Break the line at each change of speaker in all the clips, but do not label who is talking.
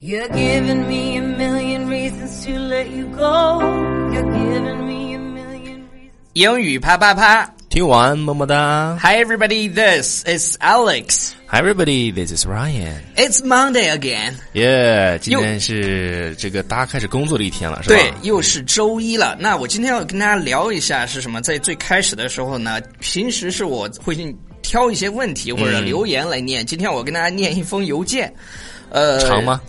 You're giving me a million reasons to let you go. You're giving me a million reasons.
英语啪啪啪
听完么么哒
！Hi everybody, this is Alex.
，Hi everybody, this is Ryan。
It's Monday again.
耶、今
又
天是这个大家开始工作的一天了，是吧？
对，又是周一了。那我今天要跟大家聊一下是什么？在最开始的时候呢，平时是我会去挑一些问题或
嗯
者留言来念。今天我跟大家念一封邮件，呃，
长吗？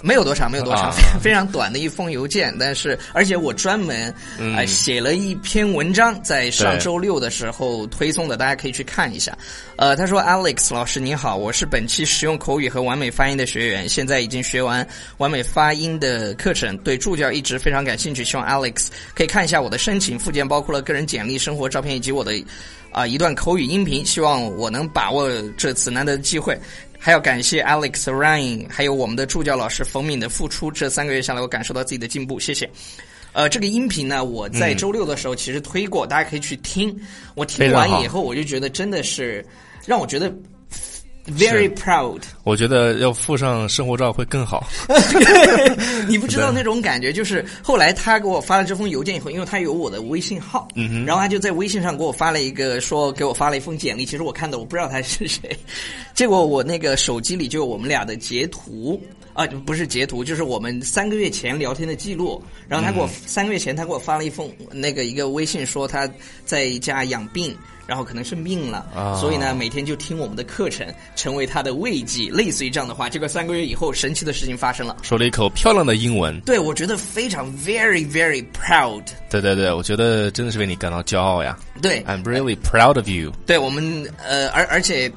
没有多长，没有多长，
啊
非 非常短的一封邮件，但是而且我专门呃、写了一篇文章，在上周六的时候推送的，大家可以去看一下。呃，他说：“Alex 老师你好，我是本期实用口语和完美发音的学员，现在已经学完完美发音的课程，对助教一直非常感兴趣，希望 Alex 可以看一下我的申请附件，包括了个人简历、生活照片以及我的啊、一段口语音频，希望我能把握这次难得的机会。”还要感谢 Alex Ryan，还有我们的助教老师冯敏的付出。这三个月下来，我感受到自己的进步，谢谢。呃，这个音频呢，我在周六的时候其实推过，大家可以去听。我听
嗯非常好
完以后，我就觉得真的是让我觉得 very proud。
我觉得要附上生活照会更好。
你不知道那种感觉，就是后来他给我发了这封邮件以后，因为他有我的微信号，嗯、然后他就在微信上给我发了一个说给我发了一封简历，其实我看的我不知道他是谁， 结果我那个手机里就有我们俩的截图。啊，不是截图，就是我们三个月前聊天的记录。然后他给我、三个月前，他给我发了一封那个一个微信，说他在家养病，然后可能生病了，
啊
所以呢，每天就听我们的课程，成为他的慰藉，类似于这样的话。结果三个月以后，神奇的事情发生了，
说了一口漂亮的英文，
对，我觉得非常 very very proud。
对对对，我觉得真的是为你感到骄傲呀。
对，
I'm really proud of you。
对我们呃，而而且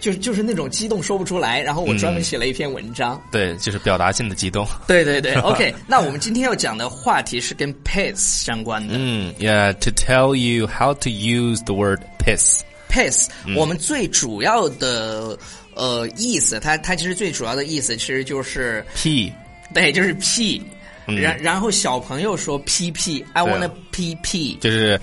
就就是那种激动说不出来，然后我专门写了一篇文章。
对，就是表达性的激动。
对对对 ，OK，那我们今天要讲的话题是跟 pace 相关的。
嗯，Yeah，to tell you how to use the word piss。
pace，、我
嗯
们最主要的呃意思，它它其实最主要的意思其实就是。
P
对，就是 P。然然后小朋友说 P P，I
嗯对啊
wanna P P，
就是，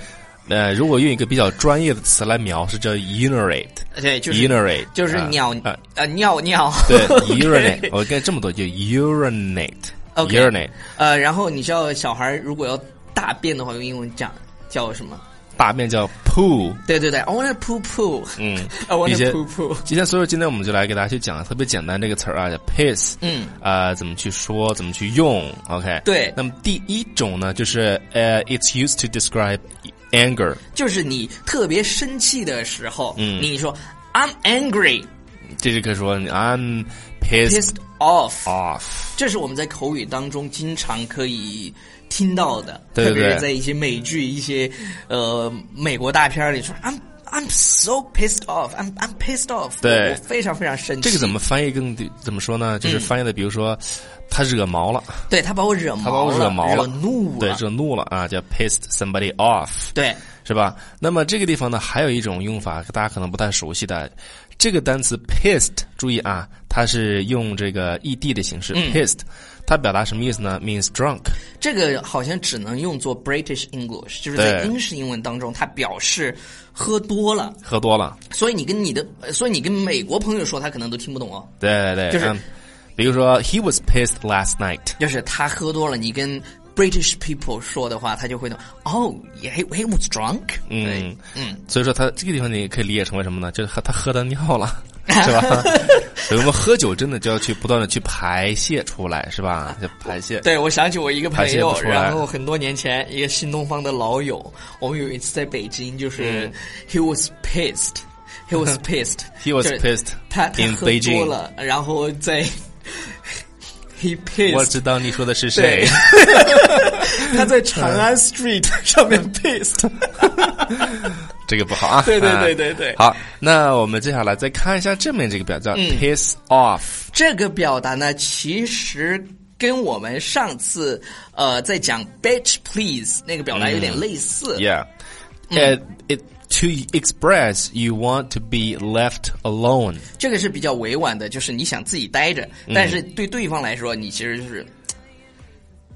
呃，如果用一个比较专业的词来描述，叫 urinate。
对，就是
urinate
就是
啊
尿
啊
呃尿尿，
对
OK
，urinate，我跟这么多就 urinate，urinate，
OK 呃，然后你知道小孩儿如果要大便的话，用英文讲叫什么？
大便叫 poo。
对对对，I wanna poo poo，
嗯
I
一
wanna
些
poo poo。
今天，所以今天我们就来给大家去讲特别简单这个词儿啊，叫 piss。
嗯，
啊，怎么去说，怎么去用？OK。
对
那么第一种呢，就是呃，it's used to describe anger。
就是你特别生气的时候，
嗯
你说 I'm angry,
这就可以说 I'm pissed
pissed off，
哦 off。
这是我们在口语当中经常可以听到的，
对对
特别
对
是在一些美剧、一些呃美国大片儿里说 I'm I'm so pissed off, I'm I'm pissed off，
对
我非常非常生气。
这个怎么翻译更怎么说
嗯
呢？就是翻译的，比如说他惹毛了，
对他把我惹毛了，
他把我惹毛
惹
了，
怒
对
了，，
惹怒了啊，叫 pissed somebody off。
对
是吧？那么这个地方呢，还有一种用法，大家可能不太熟悉的，这个单词 pissed，注意啊，它是用这个 ed 的形式、pissed，它
嗯
表达什么意思呢？means drunk，
这个好像只能用作 British English，就是在
对
英式英文当中，它表示喝多了，
喝多了。
所以你跟你的，呃所以你跟美国朋友说，他可能都听不懂哦。
对对对，
就是
嗯比如说 he was pissed last night，
就是他喝多了，你跟 British people 说的话，他就会懂。哦、oh,，he he was drunk
嗯
对。嗯
所以说他这个地方你可以理解成为什么呢？就是喝他喝的 尿了。是吧？ 所以我们喝酒真的就要去不断的去排泄出来，是吧？就排泄。
对，我想起我一个朋友
排泄不，出来
然后很多年前一个新东方的老友，我们有一次在北京，就是、he
嗯
was pissed，he was pissed，
He was
就是
pissed
他他
in
喝多
Beijing
了，然后在 he
我
pissed，
知道你说的是
对
谁。
他在长安 street 上面
嗯
pissed，
这个不好啊。
对对
啊
对对对
好，那我们接下来再看一下正面这个表，叫 piss off。
这个表达呢，其实跟我们上次呃在讲 bitch please 那个表达有点类似。
Yeah. Uh, it to express you want to be left alone.
这个是比较委婉的，就是你想自己待着，
嗯
但是对对方来说，你其实就是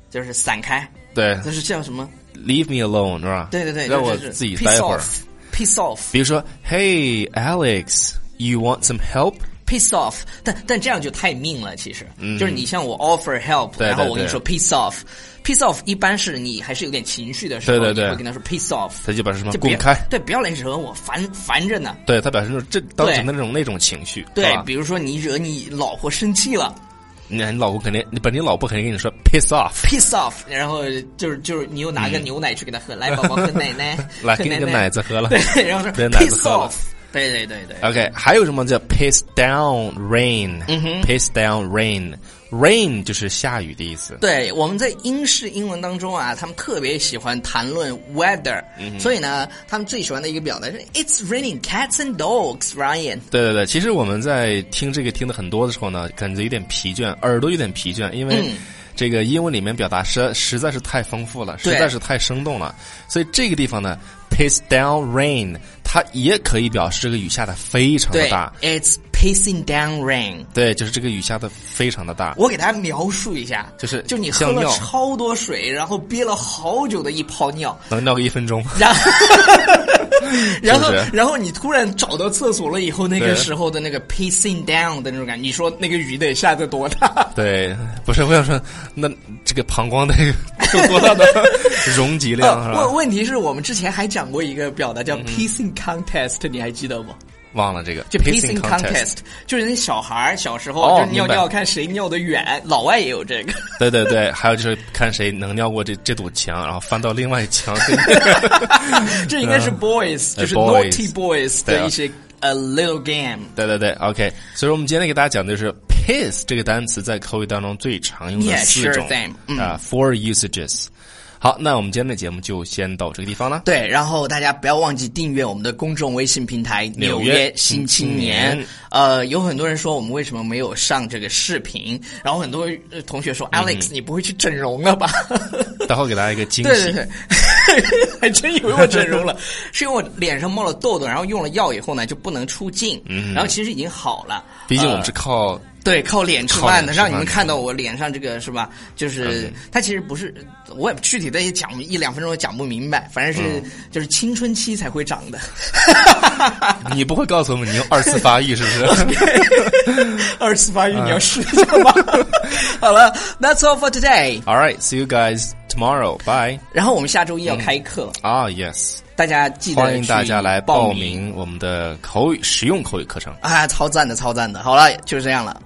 就是散开，
对
就是叫什么？
，leave me alone 是吧？
对对对，
让我
就是
自己
piece
待一会儿。
off，piece off。
比如说，Hey Alex, you want some help?
pissed off，但但这样就太命了，其实，就是你像我 offer help，
嗯对
然后
对
我跟你
对
说 piss off。piss off 一般是你还是有点情绪的时候，
对对对
你会跟他说 piss off，
他就把什么
就
滚
别
开，
对，不要来惹我，烦烦着呢。
对他表示说这当
对
成的那种那种情绪，是
对，
吧
比如说你惹你老婆生气了
你你老婆肯定，你本你老婆肯定跟你说 piss off，，
，piss off，然后就是就是你又拿个牛奶去给他喝，来宝宝喝奶奶
嗯 来
喝
给你个奶
奶
子喝了。
对，然后说
给奶子
piss
喝了呃
off，对对对对，
OK，还有什么叫 piss down
嗯
rain？piss down rain，rain 就是下雨的意思。
对，我们在英式英文当中啊，他们特别喜欢谈论 weather，、所以
嗯
呢，他们最喜欢的一个表达是 "It's raining cats and dogs", Ryan。
对对对，其实我们在听这个听的很多的时候呢，感觉有点疲倦，耳朵有点疲倦，因为
嗯
这个英文里面表达实实在是太丰富了，实
对
在是太生动了，所以这个地方呢，piss down rain，它也可以表示这个雨下的非常的
对
大。
，It's pissing down rain。
对，就是这个雨下的非常的大。
我给大家描述一下，
就是
就你喝
像
了
尿
超多水，然后憋了好久的一泡尿，
能尿个一分钟，
然 后然后
是不是
然后你突然找到厕所了以后，那
对
个时候的那个 pissing down 的那种感觉，你说那个雨得下得多大？
对，不是我想说，那这个膀胱的 有多大的 容积 啊量是
呃，问
吧？嗯
问题是我们之前还讲过一个表达叫 pissing contest，你还记得吗？
忘了这个，
就
pissing
pissing
contest，
contest，就是那小孩儿小时
哦
候就是尿
明白
尿看谁尿得远，老外也有这 个。
对对对，还有就是看谁能尿过这这堵墙，然后翻到另外一 墙。
这应该是 boys，
呃
就是
boys
naughty boys
对啊
的一些 a little game。
对对对，OK。所以我们今天给大家讲的就是 piss 这个单词在口语当中最常用的
Yeah,
四种
sure thing，嗯
啊，four usages。好，那我们今天的节目就先到这个地方了。
对，然后大家不要忘记订阅我们的公众微信平台《纽
纽约
约新青年
青年》。
呃，有很多人说我们为什么没有上这个视频，然后很多呃同学说
嗯
Alex，你不会去整容了吧？
待会儿给大家一个惊喜。
对对 对，还真以为我整容了，是因为我脸上冒了痘痘，然后用了药以后呢就不能出镜，然后其实已经好了。
嗯毕竟我们
呃
是靠
对靠脸吃
靠脸
饭的，
吃
让你
饭
们
的
看到我脸上这个是吧？就是它其实不是，我也具体的也讲一两分钟也讲不明白，反正是
嗯
就是青春期才会 长的。啊
你不会告诉我们你用二次发育是不 是
二次
哎
发育你要试一下吧。好了，That's all for today。
？All right, see you guys tomorrow. Bye.
然后我们下周一要开课，
啊、y e s
大家记得
欢迎大家来
去报
报。名我们的口语实用口语课程。
啊，超赞的，超赞的！好了，就是这样了，